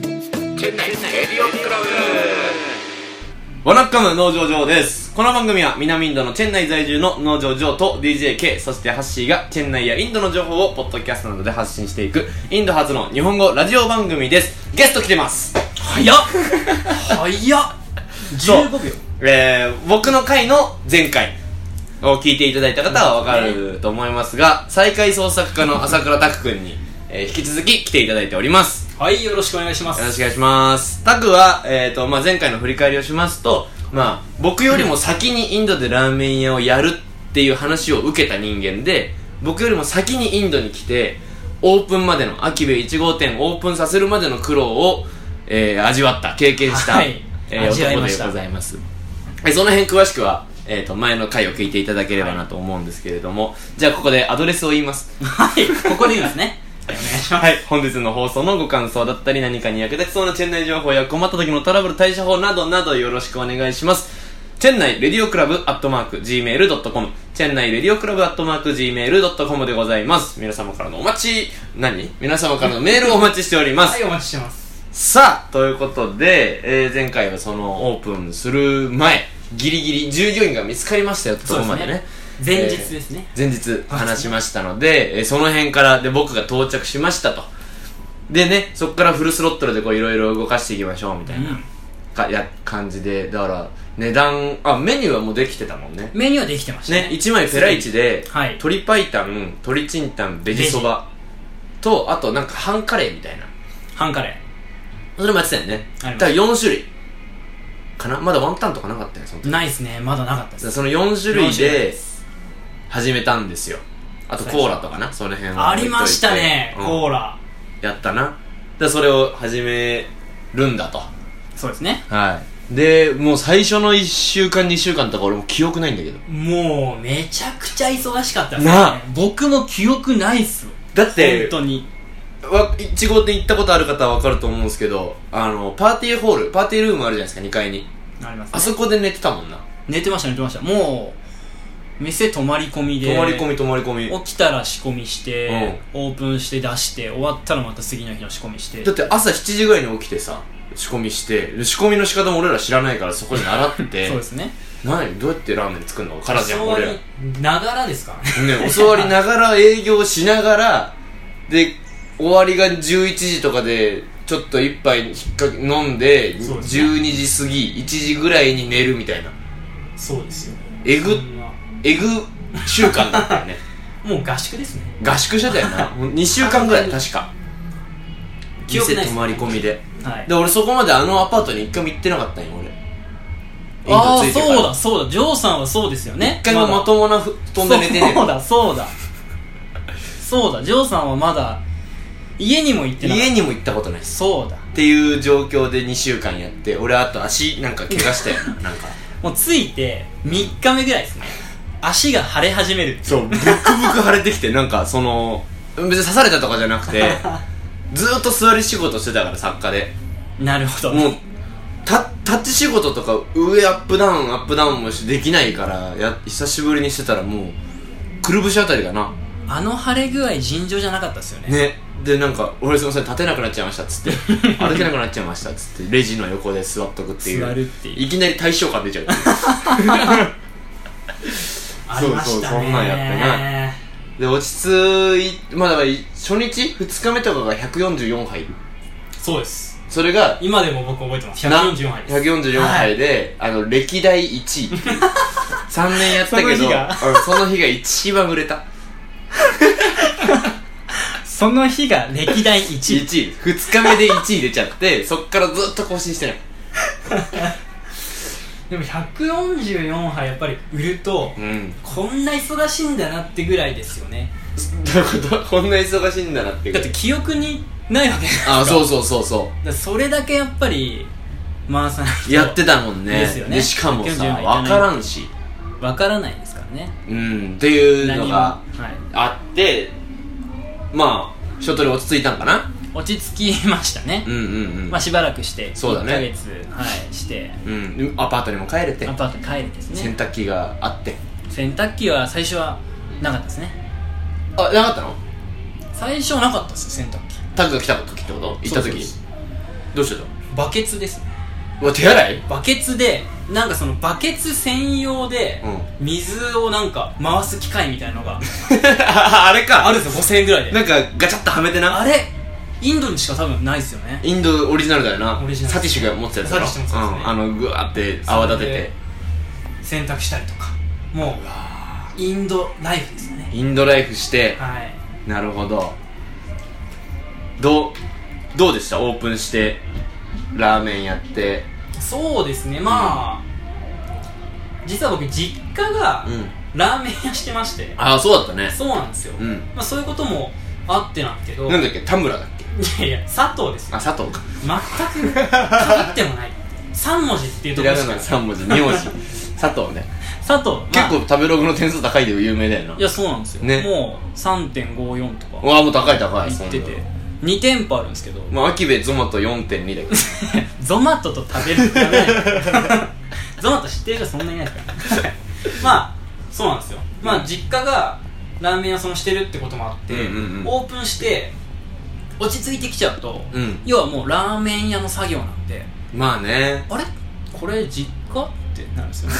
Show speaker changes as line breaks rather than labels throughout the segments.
店内エリオンクラブ
ワナッカム農場上です。この番組は南インドのチェン内在住の農場上と DJK、そしてハッシーがチェン内やインドの情報をポッドキャストなどで発信していくインド初の日本語ラジオ番組です。ゲスト来てます。
早っ早っ
そう
15秒
えー、僕の回の前回を聞いていただいた方はわかると思いますが、再開創作家の朝倉拓くんに、えー引き続き来ていただいております。
はいよろしくお願いします
よろしくお願いします。タクは、えっ、と、まあ、前回の振り返りをしますと、まあ、僕よりも先にインドでラーメン屋をやるっていう話を受けた人間で、僕よりも先にインドに来て、オープンまでの、アキベ1号店をオープンさせるまでの苦労を、えー味わった、経験した、
はい
えー
味わい
男
ま
で
した
ございます。えーその辺詳しくは、えっ、と、前の回を聞いていただければなと思うんですけれども、じゃあここでアドレスを言います。
はいここで言うんですねはいお願いします
はい、本日の放送のご感想だったり何かに役立ちそうなチェン内情報や困った時のトラブル対処法などなどよろしくお願いします。チェン内レディオクラブアットマーク Gmail.com チェン内レディオクラブアットマーク Gmail.com でございます。皆様からのお待ち、何皆様からのメールをお待ちしております。
はいお待ちしてます
さあ、ということで、えー前回はそのオープンする前、ギリギリ従業員が見つかりましたよってとこまでね。
前日ですね、
前日話しましたので、えーその辺からで僕が到着しましたとでねそこからフルスロットルでこういろいろ動かしていきましょうみたいな、かや感じでだから値段あメニューはもうできてたもんね
メニューはできてましたね
ね1枚ペライチで、
はい
鶏白湯鶏チンタンベジそばとあとなんか半カレーみたいな
半カレ
それもやってたよねだ
ありました
から4種類かなまだワンタンとかなかったよその時
ーないですねまだなかったで
だから
す
その4種類
四種類
で
で
始めたんですよあと
最初
コーラとかなその辺は
ありましたね、コー
ラ
ラ
やったなでそれを始めるんだと
そうですね
はいでもう最初の1週間2週間とか俺も記憶ないんだけど
もうめちゃくちゃ忙しかったです
なあ
ね僕も記憶ないっすよ
だって
本当に
わ1号店行ったことある方は分かると思うんですけどあのパーティーホールパーティールームあるじゃないですか2階に
あります、ね、
あそこで寝てたもんな
寝てました寝てましたもう店泊まり込みで
泊まり込み泊まり込み
起きたら仕込みして、オープンして出して終わったらまた次の日の仕込みして
だって朝7時ぐらいに起きてさ仕込みしてで仕込みの仕方も俺ら知らないからそこで習ってて
そうですね
何どうやってラーメン作るのからじゃん俺らね
りながらですからね
教わりながら営業しながらで終わりが11時とかでちょっと一杯引っ掛け飲んで
そうですね
12時過ぎ1時ぐらいに寝るみたいな
そうですよ
えぐ
そんな
えぐ習慣だ ったよね
もう合宿ですね
合宿してたよな2週間ぐらい確か
記憶ないっ
店
す
泊まり込みで
はい
で俺そこまであのアパートに一回も行ってなかったんよ俺
ああ
インド着いてから
そうだそうだジョーさんはそうですよね
一回もまともな布団で寝てねえ
そうだそうだそうだジョーさんはまだ家にも行ってなかっ
家にも行ったことないした
そうだ
っていう状況で2週間やって俺あと足なんか怪我 したよななんか
もう着いて3日目ぐらいですね足が腫れ始めるっていう
そうブクブク腫れてきてなんかその別に刺されたとかじゃなくてずーっと座り仕事してたから作家で
なるほど
もうた立ち仕事とか上アップダウンアップダウンもしできないからや久しぶりにしてたらもうくるぶしあたりかな
あの腫れ具合尋常じゃなかったですよね
ねでなんか「俺すいません立てなくなっちゃいました」っつって 「歩けなくなっちゃいました」っつってレジの横で座っとくっていう
座るっていう
いきなり対象感出ちゃうっていう
ありましたね
そうそうそんなんやってなで落ち着いまあだからい初日2日目とかが144杯
そうです
それが
今でも僕覚えてます
な
144杯です
144杯で、あの歴代1位っていう 3年やったけど
その日が
うんその日が一番売れた
その日が歴代
1
1
位
位
2日目で1位出ちゃってそっからずっと更新してない
でも144杯やっぱり売ると、
うん
こんな忙しいんだなってぐらいですよね
どういうことこんな忙しいんだなっていう
だって記憶にないわけ だか
あそうそうそうそ
らそれだけやっぱり回さないうと
やってたもんね
ですよね
しかもさ
144はいら
分
ない
からんし
わからないですからね
うんっていうの
何も、
が
はい、
あってまあショットル落ち着いたんかな
落ち着きましたね
う、んうんうん
まあしばらくして
そうだね
1ヶ月、はい、して
うん、アパートにも帰れて
アパートに帰るですね
洗濯機があって
洗濯機は最初はなかったですね
あなかったの
最初はなかったですよ洗濯機
タクが来た時ってこと行った
そう
時
です
どうしてた
ババケツですね
うわ手洗い
バケツでなんかそのバケツ専用で
う
水をなんか回す機械みたいなのが
あれか
あるんですよ5000円ぐらいで
なんかガチャッとはめてな
あれインドにしか多分ないですよね
インドオリジナルだよな
オリジナル
サティシュが持ってたやつだろ
サティシュ持ってたやつ
うん、
ね
あのぐわーって泡立て
それ
て
で洗濯したりとかもうインドライフですね
インドライフして
はい
なるほどどうどうでしたオープンしてラーメンやって
そうですねまあ、実は僕実家が
うん
ラーメン屋してまして
ああそうだったね
そうなんですよ、
うん
まあ、そういうこともあってなんですけど
なんだっけ田村だっけ
いやいや佐藤ですよ
あ佐藤か
全くかぶってもない3文字っていうと
ひ
ころ
ら
し
が
か
な3文字2文字佐藤ね、
佐藤、まあ
結構食べログの点数高いで有名だよない
やそうなんですよ、
ね
もう3.54とか
うわもう高い高い
言って
そん
て
なの
2店舗あるんですけど、
まあ秋部ゾマと4.2だけど
ゾマトと食べる食べない ゾマト知ってる人そんなにいないですから まあそうなんですよまあ実家がラーメン屋そのしてるってこともあって、
うんうんうん
オープンして落ち着いてきちゃうと、
うん
要はもうラーメン屋の作業なんで
まあね
あれこれ実家ってなるんですよね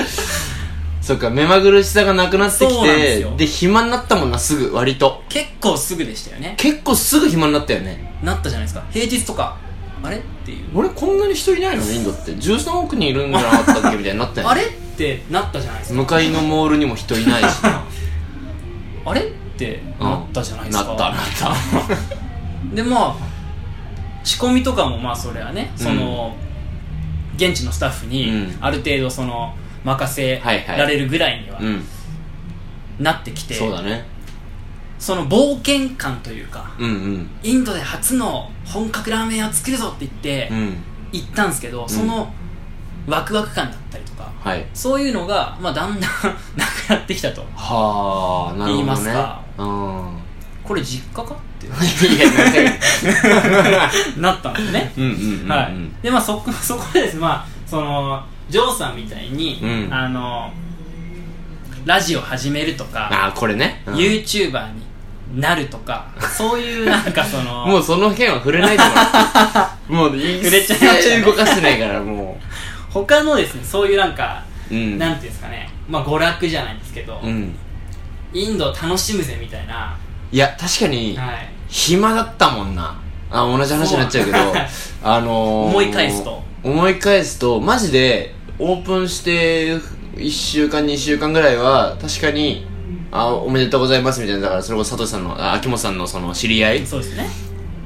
そっか目まぐるしさがなくなってき
そうなんです
て
よ
で暇になったもんなすぐ割と
結構すぐでしたよね
結構すぐ暇になったよね
なったじゃないですか平日とかあれっていう
俺こんなに人いないのインドって13億人いるんじゃなかったっけみたいになったよ、ね、
あれってなったじゃないですか
向かいのモールにも人い ないしな
あれってなったじゃないですか、
なったなった
でまあ仕込みとかもまあそれはね、
うん
その現地のスタッフに
うん
ある程度その任せ
はいはい
られるぐらいには
うん
なってきて、
そうだね
その冒険感というか
うんうん
インドで初の本格ラーメン屋作るぞって言って
うん
行ったんですけど、そのワクワク感だったりとか
はい
そういうのが、まあ、だんだ んなくなってきたと
はあなるほどね
言いますか
うん
これ実家かって
いやなんか
なったんですね
うんうんうんうん
はい、でまあそこ そこでですねまあそのジョーさんみたいに、
うん
あのラジオ始めるとか、
ああこれね、うん
YouTuber になるとかそういうなんかそ の
もうその件は触れないでもらっていい もう一
触れちゃいましたね
切動かしてないからも
他のですねそういうなんか、
ううん
なんていうんですかねまあ娯楽じゃないですけど、
うん
インドを楽しむぜみたいな、
いや確かに
はい、
暇だったもんなあ同じ話になっちゃうけど
そう
あのー、
思い返すと
思い返すとマジでオープンして1週間2週間ぐらいは確かにあおめでとうございますみたいなだからそれこそ佐藤さんのあ秋元さんのその知り合い
そうですね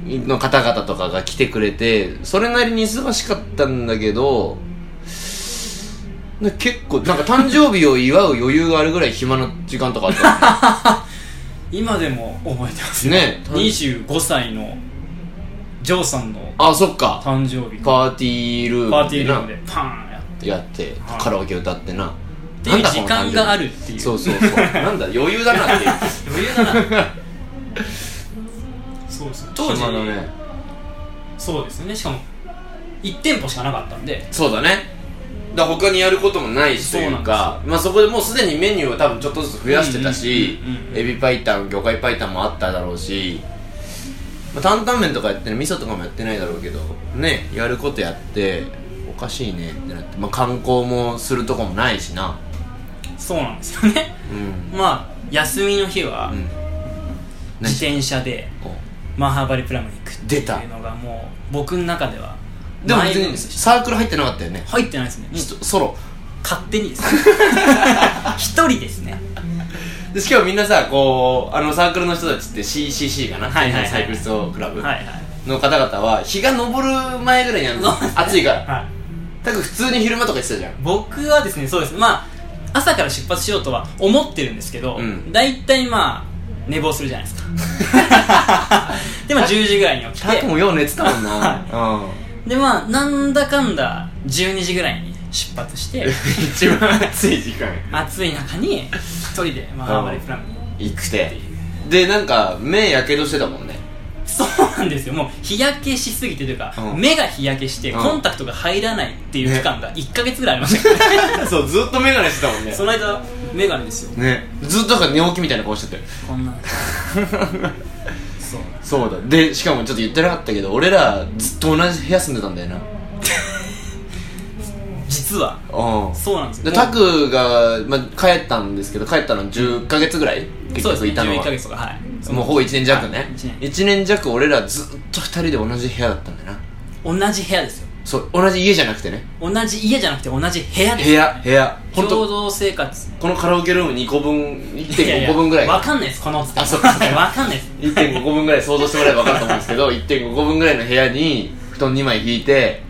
の方々とかが来てくれてそれなりに忙しかったんだけどな結構なんか誕生日を祝う余裕があるぐらい暇な時間とかあった
今でも覚えてます
もんね
25歳のジョーさんの
あそっか
誕生日パ
パーティールーム
ーティールームでパーンやっ
でなやって
はい
カラオケ歌ってな
ていう
なんだこ
時
の誕生
間
日
があるっていう
そうそうそうなんだ余裕だなっていう
余裕だなそうですね当時
暇だね
そうですよねしかも1店舗しかなかったんで
そうだねだから他にやることもないしというかまあ、そこでもうすでにメニューは多分ちょっとずつ増やしてたし
うんうんうんうん
エビパイタン魚介パイタンもあっただろうし、まあ、担々麺とかやってね味噌とかもやってないだろうけどねやることやっておかしいねってなって、まあ、観光もするとこもないしな
そうなんですよね
うん
まあ休みの日は
うん
自転車でマハーバリプラムに行くってい
出た
うのがもう僕の中では
おでも別
マイブーム
にサークル入ってなかったよね
入ってないですねもう
ひとソロ
勝手にです ね一人ですね
でしかもみんなさこうあのサークルの人たちって CCC かな、
はいはいはい
サイクリストクラブ、
はいはい
の方々は日が昇る前ぐらいにやるの暑いから
はい
多分普通に昼間とか言ってたじゃん
僕はですねそうですまあ朝から出発しようとは思ってるんですけど、
うん
大体まあ寝坊するじゃないですか でまあ10時ぐらいに起き
タコ
て
もよう寝てたもん なうん
でまあなんだかんだ12時ぐらいに出発して
一番暑い時間
暑い中に一人でまあ
うん
ハーバリープラムに行く
行く
って
て
い
で
う
なんか目やけどしてたもんね
そうなんですよもう日焼けしすぎてというか、
うん
目が日焼けして
うん
コンタクトが入らないっていう期間が1か月ぐらいあり ましたから ね
そうずっと眼鏡してたもん
その間眼鏡です よ
ねずっとだから寝起きみたいな顔してたよ
こんなんそそう
そうだでしかもちょっと言ってなかったけど俺らずっと同じ部屋住んでたんだよな
実は
うん
そうなんです
で
よ
タクが、まあ、帰ったんですけど帰ったの10ヶ月ぐらい結
そうで
局
すね
いたの
11
は
ヶ月とかはい
もうほぼ1年弱ね、
はい一年
1年弱俺らずっと2人で同じ部屋だったんだよな
同じ部屋ですよ
そう同じ家じゃなくてね
同じ家じゃなくて同じ部屋です
部屋部屋本
共
当
同生活
このカラオケルーム2個分
いやい
1.5
や
個分ぐらい
わかんないですこの
あそう
わ
か
かんないわかんないです
1.5個分ぐらい想像してもらえば分かると思うんですけ ど1.5個分ぐらいの部屋に布団2枚引いて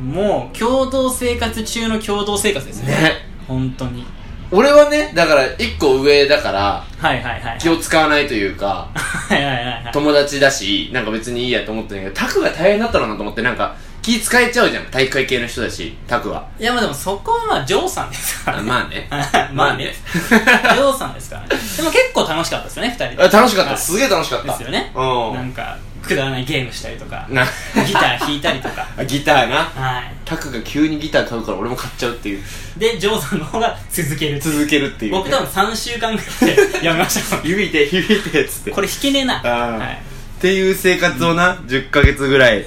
もう共同生活中の共同生活ですね
ね
本当に
俺はねだから1個上だから
はいはいはい
気を使わないというか
はいはいはいはい
友達だしなんか別にいいやと思ってんだけどタクが大変だったろうなと思ってなんか気使えちゃうじゃん体育会系の人だしタクはい
やまあでもそこはまあジョーさんですから
あ
ね
まあね
まあねジョーさんですからねでも結構楽しかったですよね二人
あ
で
楽しかった
はい
すげえ楽しかった
ですよね
う
なん
ん
かくだらないゲームしたりとか
な
ギター弾いたりとか
あギターな
はい
タクが急にギター買うから俺も買っちゃうっていう
でジョーさんの方が続ける
続けるっていう、ね、
僕多分3週間ぐらいでやめましたもん
指で指でっつって
これ弾けねえな
あー
はい
っていう生活をな、10ヶ月ぐらい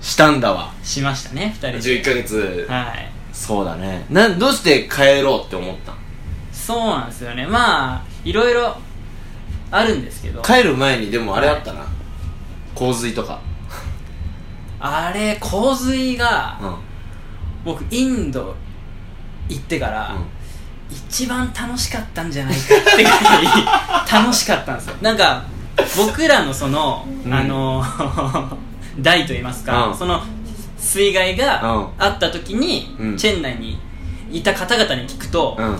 したんだわ
しましたね二人で
11ヶ月、
はい
そうだねなどうして帰ろうって思ったん
そうなんですよねまあいろいろあるんですけど
帰る前にでもあれあったな、洪水とか
あれ洪水が
うん
僕インド行ってから、
うん
一番楽しかったんじゃないかってぐらい楽しかったん ですよなんか僕らのその、
うん
あの 代といいますか、
うん
その水害
う
が
ん
あった時に、
うん
チェン内にいた方々に聞くと、
うん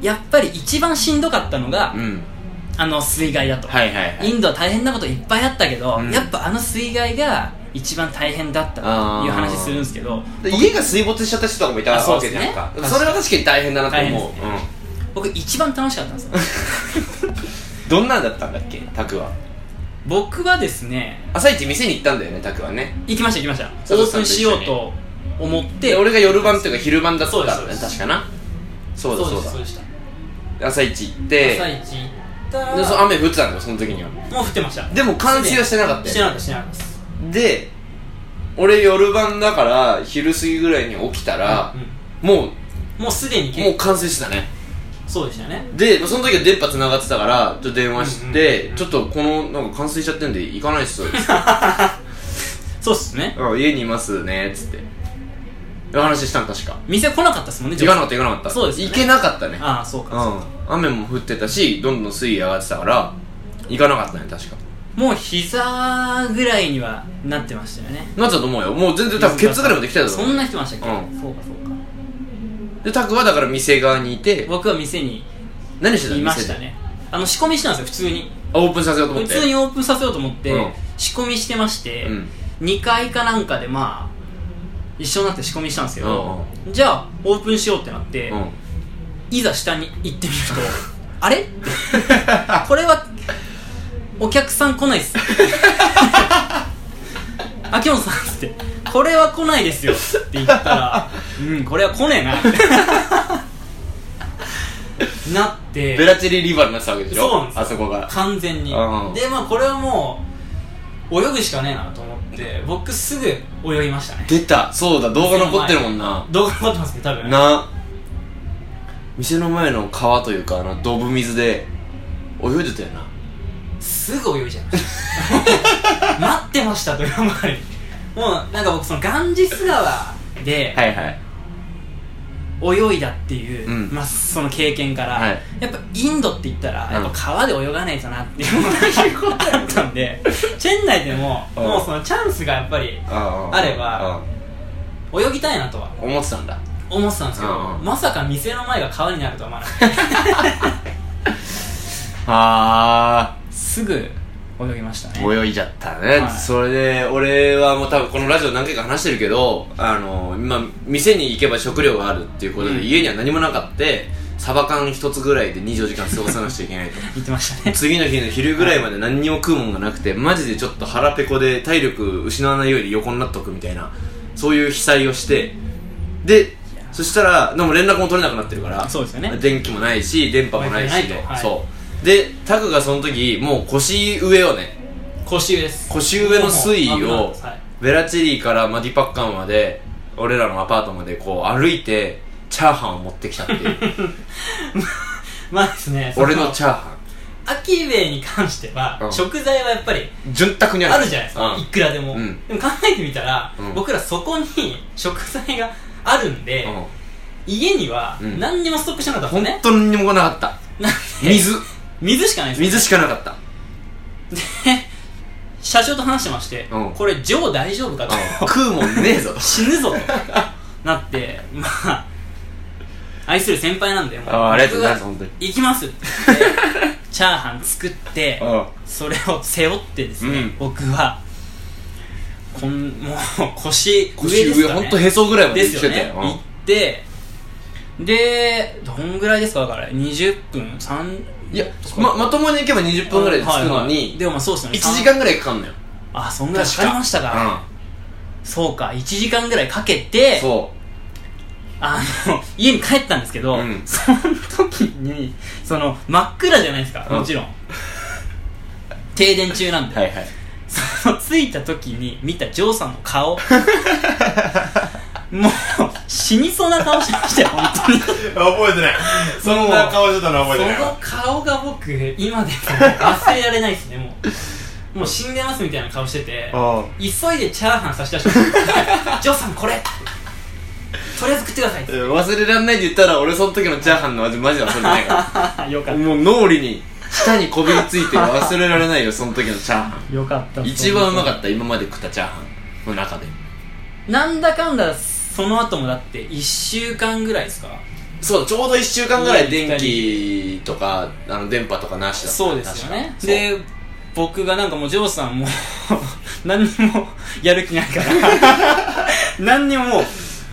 やっぱり一番しんどかったのが、
うん
あの水害だと、
はいはいはい
インドは大変なこといっぱいあったけど、
うん
やっぱあの水害が一番大変だったっていう話するんですけど
で家が水没しちゃった人とかもいた
あそう
わ
で
け
す
じ
ね
ゃんかそれは確かに大変だなと思う、
大僕一番楽しかったんですよ
うんどんなんだったんだっけタクは
僕はですね
朝一店に行ったんだよねタクはね
行きました行きました
佐
オ
藤
ー
さ
プ
ん
ン
と一
し
緒
よ
に
うと思って
で俺が夜番というか昼番だったんだ
そう
よ
で
ね
す
確かなそうだ
そう
そ
で
う
す
だ
そうでした
朝一行って
朝一行ったら
でその雨降ってたんだよその時には
もう降ってました
でも冠水はしてなかったよね
してなかったしてなかったです
で俺夜番だから昼過ぎぐらいに起きたら、も
うんもうすでに
うもう
結構
完成してたね
そうでしたね
でその時は電波繋がってたからちょっと電話して、
うんうん
ちょっとこのなんか完成しちゃってんで行かないっ すよ
そうっすね
うん家にいますねっつってお話ししたん確か
店来なかったですもんね
行かなかった行かなかった
そうですよね
行けなかったね
ああそうかそう
う
か
ん雨も降ってたしどんどん水位上がってたから行かなかったね確か
もう膝ぐらいにはなってましたよね
なっちゃうと思うよもう全然多分ケツぐらいまで来てたと
そ
思うん
な人ましたっけ、
うん
そうかそうか
でタクはだから店側にいて
僕は店に
何してたの
いまし
店
た
で
ねあの仕込みしてたんですよ普通に
あオープンさせようと思
普
って
通にオープンさせようと思って、
うん
仕込みしてまして、
うん
2階かなんかでまあ一緒になって仕込みしたんですけど、
う
じゃあオープンしようってなって、
うん
いざ下に行ってみると あれこれはお客さん来ない っす秋元さんっつってこれは来ないですよって言ったらうんこれは来ね えなってなって
ベラチェリーリバルになってたわけでしょ
そうなんですよ
あそこが
完全に、
うん
でまあこれはもう泳ぐしかねえなと思って僕すぐ泳ぎましたね
出たそうだ動画残ってるもんな
動画残ってますけど多分
な店の前の川というかあのドブ水で泳いでたよな
す ぐ泳いじゃいました待ってましたというまりもうなんか僕そのガンジス川で
はいはい
泳いだっていう、
うん
まあ、その経験から、
はい
やっぱインドって言ったら、
うん
やっぱ川で泳がないとなっていうのがあった んでチェン内でも、
うん
もうそのチャンスがやっぱり
あ
あれば泳ぎたいなとは
思ってたんだ
思ってたんですけど、
うんうん
まさか店の前が川になるとは思わなくて
あ
すぐ泳ぎましたね
泳いじゃったね、
はい
それで俺はもう多分このラジオ何回か話してるけどあの今店に行けば食料があるっていうことで、
うん
家には何もなかったサバ缶一つぐらいで24時間過ごさなくちゃいけない と
行ってましたね
次の日の昼ぐらいまで何にも食うもんがなくてマジでちょっと腹ペコで体力失わないように横になっとくみたいなそういう被災をしてでそしたらでも連絡も取れなくなってるから
そうですよね
電気もないし電波もないしで、
Wi-Fi ないとはい
そでタクがその時もう腰上をね
腰上で す
腰上の水位
もう危ない
を
ですはい
ベラチェリーからマディパッカンまで俺らのアパートまでこう歩いてチャーハンを持ってきたっていう
まあですね
俺の
そ
チャーハ
アキベイに関しては、
うん
食材はやっぱり
ン潤沢にある
あるじゃないですか、
うん
いくらでも、
うん
でも考えてみたら、
うん
僕らそこに 食材があるんで、家には
うん
何にもストックしなかった
うんん、
です
本
ね、
当にもなかった
なんで
水
水しかないんですよ
水しかなかった
社長と話してまして、
うん
これジョー大丈夫かと、
食うもんねえぞ
死ぬぞとなってまあ愛する先輩なんでも
あーありがとうございます
僕
本当に
行きますって 言ってチャーハン作ってそれを背負ってですね、
うん
僕はこんもう 腰上
腰
で
上
すか、
ほ
ね、
んとへそぐらいまで
で
来
す
て
よ
た
ね
よ、
行ってでどんぐらいですかだから20分3
うんいやままともに行けば20分ぐらいで着くの
はいはい
に
でもまあそうですよね
1時間ぐらいかかんのよ
あそんぐらいかかりましたかそうか1時間ぐらいかけ
うん
て
そ
あの 家に帰ったんですけど、
うん
その時にその真っ暗じゃないですか
うん
もちろん、停電中な
う
んで、
はいはい
その着いた時に見たジョーさんの顔もう死にそうな顔してましたよ本当に
覚えて ないそんな顔してたのは覚えてない
その
わ
顔が僕今でも忘れられないですねもうもう死んでますみたいな顔してて急いでチャーハン差し出して 「ジョーさんこれとりあえず食ってください」っ
えー忘れらんないって言ったら俺その時のチャーハンの味マジで忘れてないか
てよ
らもう脳裏に舌にこびりついて忘れられないよその時のチャーハ ン
たよかった
一番うま
っ
かった今まで食ったチャーハンの中で
たなんだかんだその後もだって1週間ぐらいですか
そうちょうど1週間ぐらい電気とかあの電波とかなしだった
そうですよね
確か
で僕がなんかもうジョーさんも 何にもやる気ないから 何にもも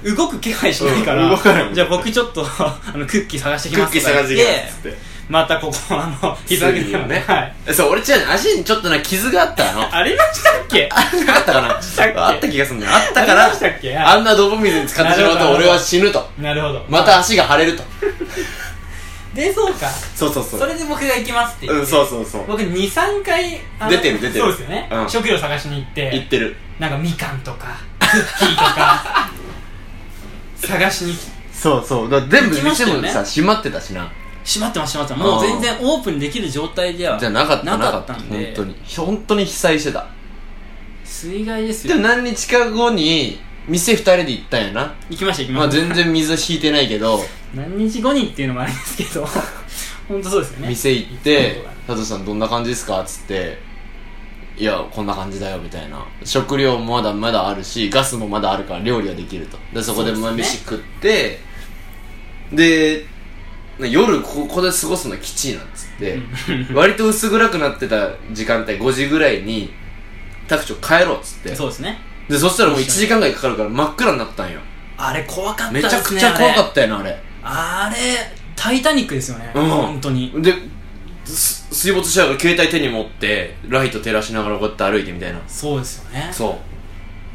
う動く気配しないから,、
うん動かないもん
じゃあ僕ちょっとあのクッキー探してき
ク
ま
ッ
す
キー
とか
探
言っ
しててきますっつって
またここあの膝上げて
すぐにね
はい
そうそう俺違うの足にちょっとな傷があったの
ありましたっけあ
なかったかな
たっけ
あった気がするんだよあったか
り
ら
ましたっけ
あんなドブ水に使ってしまう
なるほ
と
ど
俺は死ぬと
なるほど
また足が腫れると
でそうか
そうそう
それで僕が行きますって言って、
うんそうそうそう
僕23回あの
出てる出てる
そうですよね、
うん
食料探しに行って
言ってる
なんかみかんとかクッキーと か探しに
そうそうだから全部
行き
店も
ましたよね
さ閉まってたしな
閉まってます閉まってますもう全然オープンできる状態では
じゃなかったなかった
ん
本
で
当に本当に被災してた
水害です
で
よ
も何日か後に店二人で行ったんやな、
行きました行き
まあ、
ました
全然水引いてないけど
何日後にっていうのもありますけど 本当そうですよね
店行って「佐藤さんどんな感じですか?」っつって「いやこんな感じだよ」みたいな食料もまだまだあるしガスもまだあるから料理はできるとでそこで
そう
まあ
です
飯食ってでな夜ここで過ごすのきちいなっつって、割と薄暗くなってた時間帯5時ぐらいに「タクチョ帰ろう」っつって
そうですね
でそしたらもう1時間ぐらいかかるから真っ暗になったんよ
あれ怖かったで
め
す
ち
ね
ゃくちゃ怖か
た
ったよなあれ
あれタイタニックですよね、
うん
本当に
です水没しちゃうから携帯手に持ってライト照らしながらこうやって歩いてみたいな
そうですよね
そ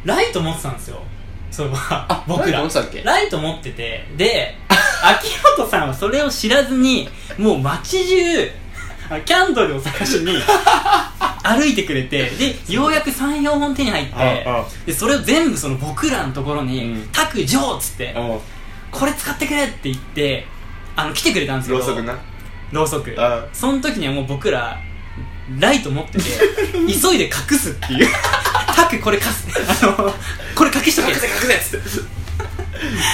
う
ライト持ってたんですよそういえば僕
ライト
ら
持ってたっけ
ライト持っててで秋元さんはそれを知らずにもう街中あキャンドルを探し に歩いてくれてでようやく34本手に入って
ああ
でそれを全部その僕らのところに
うん
「タクジョー」っつって「これ使ってくれ」って言ってあの来てくれたんですよ
ろうそくな
ろうそく
あ
その時にはもう僕らライト持ってて急いで隠すっ ていうタックこれかすあのこれ隠しとけ
隠せ隠せっつって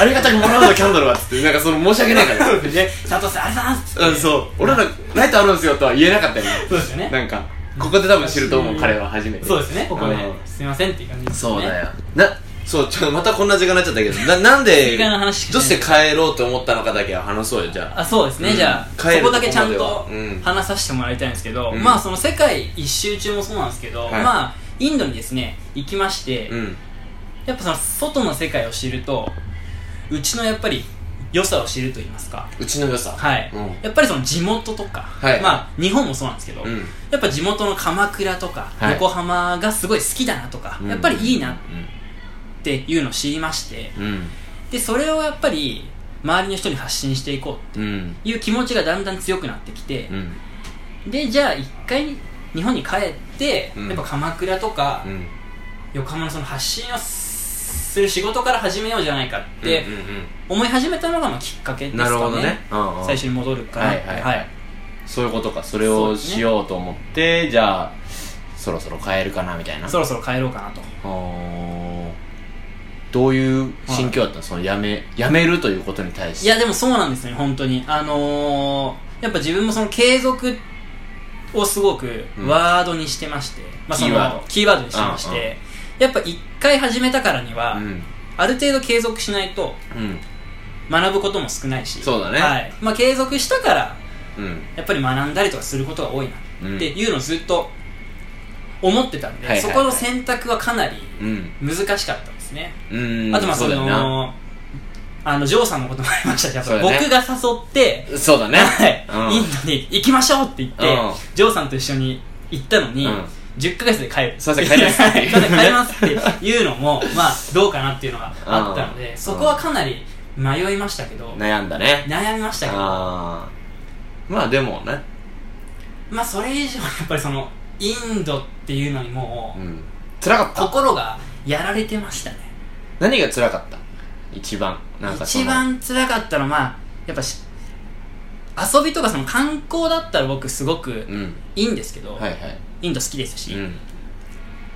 ありがたくもらうぞキャンドルはっつってなんかその申し訳ないから
で佐藤さんありがとうございます
うんそう俺らライトあるんですよとは言えなかったよね
そうですよね
なんかここで多分知ると思う彼は初めて
そうですねここね
うん
すいませんっていう感じですね
そうだよなそうちょまたこんな時間になっちゃったけどななんで
時間の話しか
どう
し
して
ない
帰ろうと思ったのかだけは話そうよじゃあ
あそうですね、
うん
じゃあ
帰る
そこだけちゃん
とことまではうん
話させてもらいたいんですけど、
うん
まあその世界一周中もそうなんですけど、
はい
まあインドにですね行きまして、
うん
やっぱその外の世界を知るとうちのやっぱり良さを知ると言いますか
うちの良さ
はい、
うん
やっぱりその地元とか、
はい
まあ日本もそうなんですけど、
うん
やっぱ地元の鎌倉とか、
はい
横浜がすごい好きだなとか、やっぱりいいなっていうのを知りまして
うん
でそれをやっぱり周りの人に発信していこ
うん
うという気持ちがだんだん強くなってきて、
うん
でじゃあ一回日本に帰って、
うん
やっぱ鎌倉とか、
うん
横浜のその発信をする仕事から始めようじゃないかって
うんうん
思い始めたのがまあきっかけで
う
す
ん
か
な
ね
るほどね、うんうん
最初に戻るから
はいはいそういうことかそれをしようと思って、じゃあそろそろ変えるかなみたいな
そろそろ帰ろうかなと
あーどういう心境だったの、その辞め辞めるということに対し
い
て
やでもそうなんですね本当にあのー、やっぱ自分もその継続をすごく
うん
ワードにしてまして、まあその
キーワード
キーワードにしてまして、
うんうん
やっぱ一回始めたからには、
うん
ある程度継続しないと
うん
学ぶことも少ないし
そうだね
はいまあ、継続したから
うん
やっぱり学んだりとかすることが多い
う
な
ん
っていうのをずっと思ってたんで、
はいはいはい
そこの選択はかなり
うん
難しかったですね、
うん
あとまあそ
そうだよな
のあのジョーさんのこともありましたけど、
そうだね
僕が誘って
そうだね
はい、イ
うん
ンドに行きましょうって言って、
うん
ジョーさんと一緒に行ったのに、
うん
10ヶ月で帰る
すいません帰ります
はいすい ません 帰りますっていうのもまあどうかなっていうのがあったので、
うん
そこはかなり迷いましたけ ど、
悩んだね
悩みましたけど
あーまあでもね
まあそれ以上にやっぱりそのインドっていうのにも
う
うん
辛かった
心がやられてましたね
何が辛かった一番なんかその
一番辛かったのはまあやっぱし遊びとかその観光だったら僕すごく
うん
いいんですけど、
はいはい
インド好きですし、
うん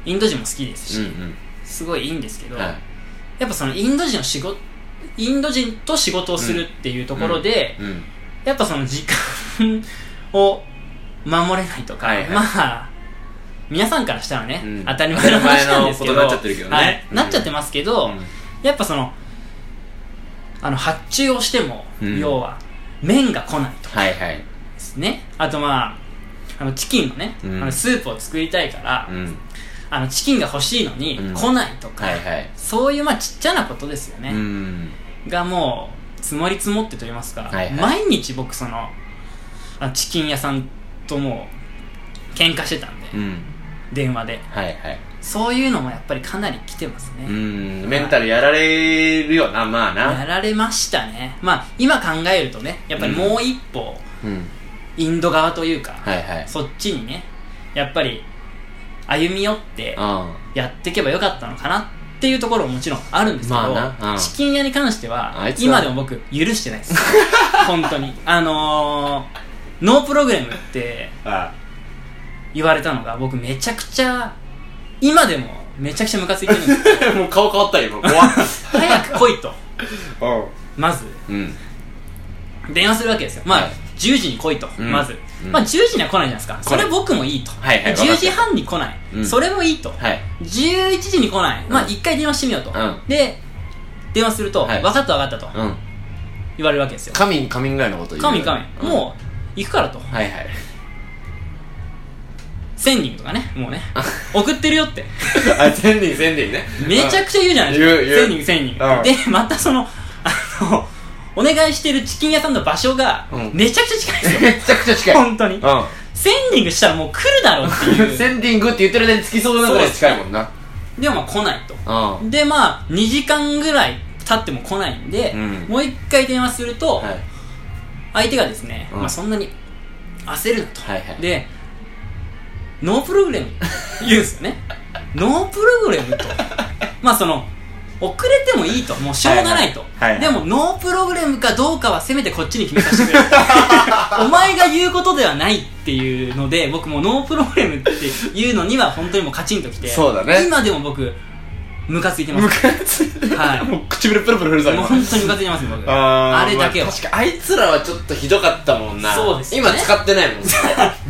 インド人も好きですし、
うん
すごいいいんですけ
う
ど、
んはい
やっぱそのインド人の仕事インド人と仕事をするっていうところで、
うん
やっぱその時間を守れないとか、
はいはい
まあ皆さんからしたらね、
うん
当たり前の話なんです
当たり前のこ
けど
とになっちゃってるけどね
はい
うん
なっちゃってますけど、
うん
やっぱそのあの発注をしても、
うん
要は麺が来ないとか
はいはい
ですねあとまああのチキンのね、
うん
あのスープを作りたいから、
うん
あのチキンが欲しいのに
うん
来ないとか、
はいはい
そういうまあちっちゃなことですよね、
うん
がもう積もり積もってと言いますか、
はいはい
毎日僕そのあチキン屋さんともう喧嘩してたんで、
うん
電話で
はいはい
そういうのもやっぱりかなり来てますね、
うんメンタルやられるよなまあ
や
な
られましたねまあ今考えるとねやっぱりもう一歩、
うん
インド側というか、
はいはい
そっちにねやっぱり歩み寄って
うん
やっていけばよかったのかなっていうところももちろんあるんですけど、
まあなうん
チキン屋に関しては
あいつは
今でも僕許してないです 本当にあのー、ノープログラムって
あ
言われたのが僕めちゃくちゃ今でもめちゃくちゃムカついてるん ですけど
もう顔変わったよ今怖っ
早く来いと
あ
まず
うん
電話するわけですよまあ、
はい
10時に来いと、
うん
まず、
うん
まあ10時には来ないじゃないですかそれ僕もいいと、
はいはい
10時半に来ない、
うん
それもいいと、
はい
11時に来ない、まあ
うん
一回電話してみようと、
うん
で電話すると、
はい
分かった分かったと
うん
言われるわけですよ
神神ぐらいのこと言う
神神、
ん
もう行くからと
はいはい
1000人とかねもうね送ってるよって
あ千人千人ね
めちゃくちゃ言うじゃないですか
言う
1000人1000
う
人
ん
でまたその あのお願いしてるチキン屋さんの場所が
うん
めちゃくちゃ近いんですよ、
めちゃくちゃ近 い
本当に1000
う
人したらもう来るだろうってい
ん
う
センディングって言ってる間につきそうなぐらい近いもんな
でもまあ来ないと
うん
でまあ2時間ぐらい経っても来ないんで、
うん
もう1回電話すると、
はい
相手がですね、
うん
まあ、そんなに焦るなと、
はいはい
でノープログラム言うんです よねノープログラムとまあその遅れてもいいともうしょうがないと、
はいはいはいはい
でもノープログラムかどうかはせめてこっちに決め させてくれお前が言うことではないっていうので僕もうノープログラムっていうのには本当にもうカチンときて
そうだね
今でも僕ムカついてますはい
もう唇プルプル振るぞ
もう
今
本当にムカついてます僕
あ
あれだけは
確かあいつらはちょっとひどかったもんな
そうですね
今使ってないもん ね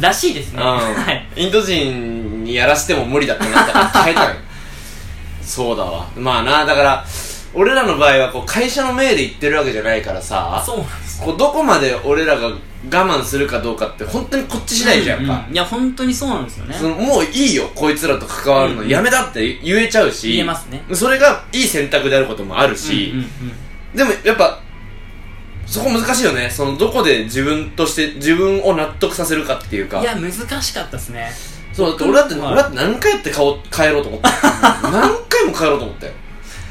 らしいですね、はい
うんインド人にやらしても無理だってなったから変えた のよそうだわまあなだから俺らの場合はこう会社の命で言ってるわけじゃないからさ
そうなんです
こうどこまで俺らが我慢するかどうかって本当にこっち次第じゃんか、
ういや本当にそうなんですよね
そのもういいよこいつらと関わる
う
の
ん
やめだって言えちゃうし
言えますね
それがいい選択であることもあるし、
うんうん
でもやっぱそこ難しいよねそのどこで自分として自分を納得させるかっていう
うん
か
いや難しかったですね
そうだって俺だって、
はい
俺だって何回やって顔変えろうと思った 何回も変えろうと思ったよ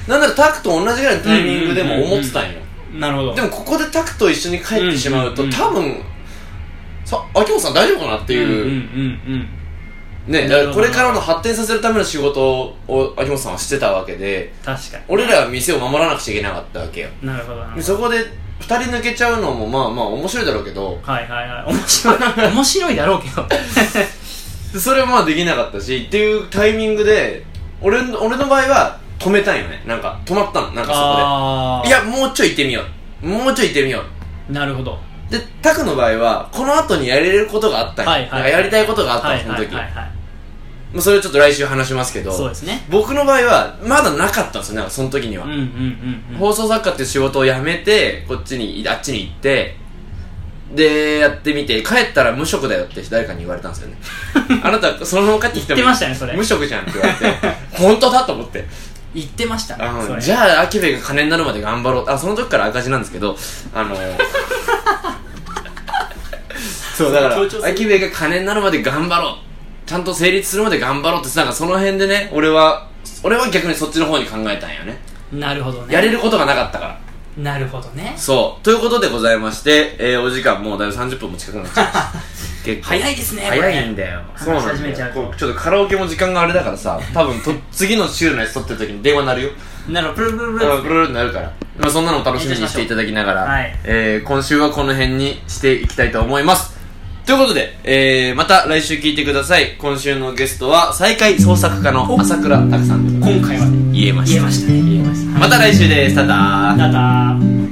なんならタクと同じぐらいのタイミングでも思ってたんよ、
なるほど
でもここでタクと一緒に帰ってしまうと、
うんうんうん
多分さ秋元さん大丈夫かなって
て
いう、
うんうんうん
ね、だ
な
から
るほ
こ
ど
れからの発展させるための仕事を秋元さんはしてたわけで
確か
俺らは店を守らなくちゃいけなかったわけよ
になるほどなるほ
で
ど
そこで2人抜けちゃうのもまあまあ面白いだろうけど
はいはいはい面白い 面白いだろうけど
でそれはまあできなかったしっていうタイミングで俺の俺の場合は止めたんよねなんか止まったのなんか
あ
そこ
あ
でいやもうちょい行ってみようもうちょい行ってみよう
なるほど
でタクの場合はこの後にやれることがあったんよ
はいはい
なんかやりたいことがあったの
はい
そ
は
の
い
時、
はいはい
まあ、それをちょっと来週話しますけど
そうですね
僕の場合はまだなかったんですよなんかその時には、
うんうんうんうん
放送作家っていう仕事を辞めてこっちにあっちに行ってでやってみて帰ったら無職だよって誰かに言われたんですよ ねあなたそのまま帰ってきても
言ってましたねそれ
無職じゃんって言われて 本当だと思って
言ってました
あ
ねそ
の
れ
じゃあアキベが金になるまで頑張ろうあその時から赤字なんですけどあの そうだか
強調す
ら
る
アキベが金になるまで頑張ろうちゃんと成立するまで頑張ろうってなんかその辺でね俺は俺は逆にそっちの方に考えたんよね
なるほどね
やれることがなかったから
なるほどね
そう。ということでございまして、えー、お時間もうだいぶ30分も近くなっちゃいま した。結構
早いですね
早いんだよ。
これね
そうなんだよ
話し始めちゃうと
こうちょっとカラオケも時間があれだからさ、多分と次の週のやつ撮ってる時に電話鳴るよ。
なるほどプルプルプ
あ
ル
ブルルになるから。まあそんなのお楽しみにしていただきながら、
はい
えー、今週はこの辺にしていきたいと思います。ということで、えー、また来週聞いてください。今週のゲストは、再開創作家の朝倉拓さんでございます
今回はね
言えま
言え
した。
ましたね言えました
また来週です。ただー。
ただー